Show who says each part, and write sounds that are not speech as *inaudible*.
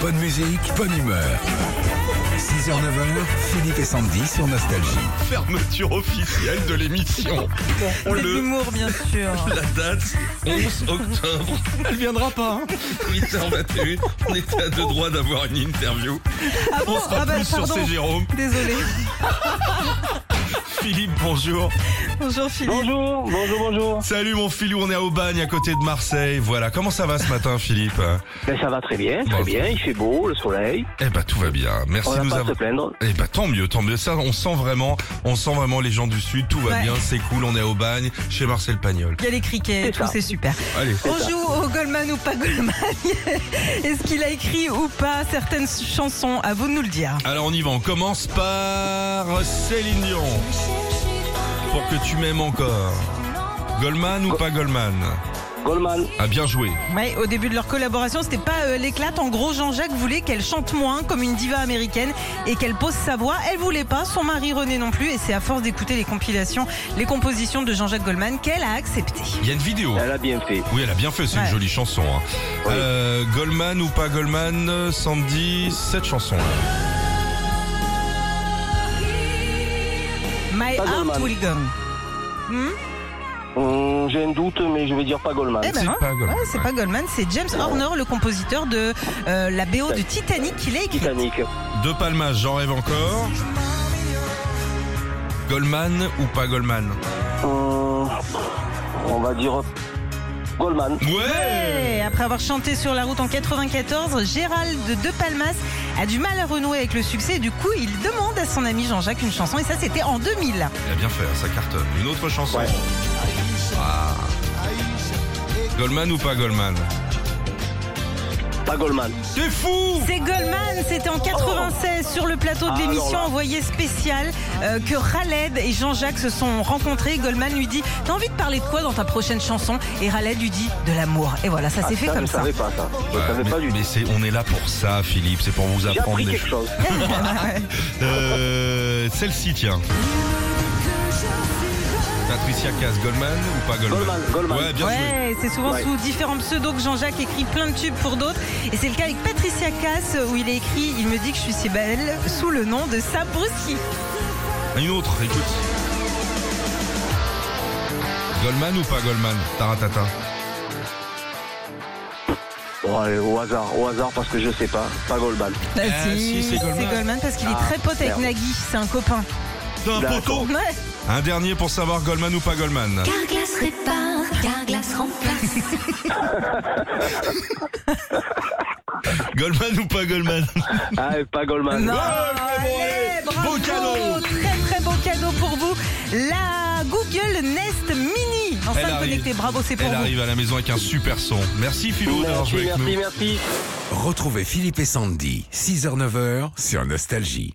Speaker 1: Bonne musique, bonne humeur. 6h, 9h, Philippe et Sandy sur Nostalgie.
Speaker 2: Fermeture officielle de l'émission. On
Speaker 3: C'est de
Speaker 2: le-
Speaker 3: l'humour, bien sûr.
Speaker 2: La date, 11 octobre,
Speaker 4: *laughs* Elle viendra pas. hein.
Speaker 2: 8h21. On était à deux droits d'avoir une interview.
Speaker 3: Ah
Speaker 2: On sera
Speaker 3: Ah bah,
Speaker 2: plus sur
Speaker 3: pardon.
Speaker 2: ces Jérôme.
Speaker 3: Désolé.
Speaker 2: Philippe, bonjour.
Speaker 3: Bonjour Philippe.
Speaker 5: Bonjour, bonjour, bonjour.
Speaker 2: Salut mon Philou, on est à Aubagne, à côté de Marseille. Voilà, comment ça va ce matin, Philippe
Speaker 5: Ben, ça va très bien, très
Speaker 2: Bon.
Speaker 5: bien. Il fait beau, le soleil.
Speaker 2: Eh bah tout va bien. Merci
Speaker 5: On
Speaker 2: de
Speaker 5: n'a
Speaker 2: nous
Speaker 5: pas à se
Speaker 2: avoir.
Speaker 5: plaindre.
Speaker 2: Eh bah tant mieux, tant mieux. Ça, on sent vraiment, on sent vraiment les gens du Sud. Tout va
Speaker 3: Ouais.
Speaker 2: bien, c'est cool. On est à Aubagne, chez Marcel Pagnol.
Speaker 3: Il y a les criquets,
Speaker 5: C'est
Speaker 3: tout
Speaker 5: ça.
Speaker 3: c'est super.
Speaker 2: Allez.
Speaker 3: On joue au Goldman ou pas Goldman. *laughs* Est-ce qu'il a écrit ou pas certaines chansons À vous de nous le dire.
Speaker 2: Alors on y va, on commence par Céline Dion. Pour que tu m'aimes encore. Goldman ou pas Goldman
Speaker 5: Goldman,
Speaker 2: Ah bien joué.
Speaker 3: Ouais, au début de leur collaboration, c'était pas euh, l'éclate. En gros, Jean-Jacques voulait qu'elle chante moins comme une diva américaine et qu'elle pose sa voix. Elle voulait pas, son mari René non plus. Et c'est à force d'écouter les compilations, les compositions de Jean-Jacques Goldman qu'elle a accepté.
Speaker 2: Il y a une vidéo.
Speaker 5: elle a bien fait.
Speaker 2: Oui, elle a bien fait, c'est
Speaker 3: Ouais.
Speaker 2: une jolie chanson. hein. Euh, Goldman ou pas Goldman, euh, Sandy, cette chanson. là
Speaker 3: My
Speaker 5: Pas
Speaker 3: heart
Speaker 5: Goldman.
Speaker 3: will go. Hmm
Speaker 5: Hum, J'ai un doute, mais je vais dire pas Goldman.
Speaker 3: Eh ben,
Speaker 2: C'est
Speaker 3: hein.
Speaker 2: pas Goldman,
Speaker 3: Ouais, c'est
Speaker 2: ouais.
Speaker 3: pas Goldman, c'est James Horner, le compositeur de euh, la BO de Titanic, qui l'a écrit.
Speaker 5: Titanic,
Speaker 2: De Palma, j'en rêve encore. Goldman ou pas Goldman
Speaker 5: Hum, on va dire Goldman.
Speaker 3: Ouais, après avoir chanté sur la route en 94, Gérald de Palmas a du mal à renouer avec le succès. Du coup, il demande à son ami Jean-Jacques une chanson, et ça, c'était en 2000.
Speaker 2: Il a bien fait, hein, ça cartonne. Une autre chanson.
Speaker 5: Ouais.
Speaker 2: Ah. Goldman ou pas Goldman
Speaker 5: Pas Goldman.
Speaker 2: T'es fou
Speaker 3: C'est Goldman, c'était en 96 sur le plateau de
Speaker 5: Ah,
Speaker 3: l'émission
Speaker 5: alors là.
Speaker 3: Envoyé spécial euh, que Khaled et Jean-Jacques se sont rencontrés. Goldman lui dit T'as envie de parler de quoi dans ta prochaine chanson Et Khaled lui dit De l'amour. Et voilà, ça s'est fait
Speaker 5: Ah, ça,
Speaker 3: comme
Speaker 5: je
Speaker 3: ça.
Speaker 5: savais pas ça. Je
Speaker 2: Ouais,
Speaker 5: savais
Speaker 2: mais
Speaker 5: pas du tout.
Speaker 2: mais c'est- on est là pour ça, Philippe, c'est pour vous
Speaker 5: J'ai
Speaker 2: apprendre
Speaker 5: appris
Speaker 2: des
Speaker 5: quelque
Speaker 2: choses.
Speaker 5: chose.
Speaker 3: *laughs*
Speaker 2: Euh, Celle-ci, tiens. Patricia Cass, Goldman ou pas Goldman
Speaker 5: Goldman, Goldman.
Speaker 2: Ouais, bien joué.
Speaker 3: Ouais, c'est souvent
Speaker 5: Ouais.
Speaker 3: sous différents pseudos que Jean-Jacques écrit plein de tubes pour d'autres. Et c'est le cas avec Patricia Cass, où il a écrit Il me dit que je suis si belle sous le nom de Sabrouski.
Speaker 2: Eh, Une autre, écoute. Goldman ou pas Goldman Taratata.
Speaker 5: Bon, allez, au hasard, au hasard, parce que je sais pas. Pas
Speaker 3: *laughs*
Speaker 5: Goldman.
Speaker 3: Bah,
Speaker 2: Ah, si, c'est Goldman.
Speaker 3: parce qu'il
Speaker 5: Ah,
Speaker 3: est très pote avec
Speaker 5: merde.
Speaker 3: Nagui, c'est un copain.
Speaker 2: Un
Speaker 5: D'accord.
Speaker 3: Ouais.
Speaker 2: Un dernier pour savoir Goldman ou pas
Speaker 5: *laughs*
Speaker 2: Goldman.
Speaker 6: Carglass répare, Carglass remplace.
Speaker 2: Goldman ou pas Goldman
Speaker 5: Ah, et pas Goldman.
Speaker 3: Non,
Speaker 2: Ah, bravo,
Speaker 3: allez,
Speaker 2: allez. Beau cadeau.
Speaker 3: Très très beau cadeau pour vous. La Google Nest Mini,
Speaker 2: Elle
Speaker 3: enceinte
Speaker 2: arrive.
Speaker 3: connectée. Bravo, c'est pour
Speaker 2: Elle
Speaker 3: vous.
Speaker 2: arrive à la maison avec un super son. Merci Philo d'avoir
Speaker 5: Merci,
Speaker 2: joué avec nous.
Speaker 5: merci, merci.
Speaker 1: Retrouvez Philippe et Sandy, 6h, 9h sur Nostalgie.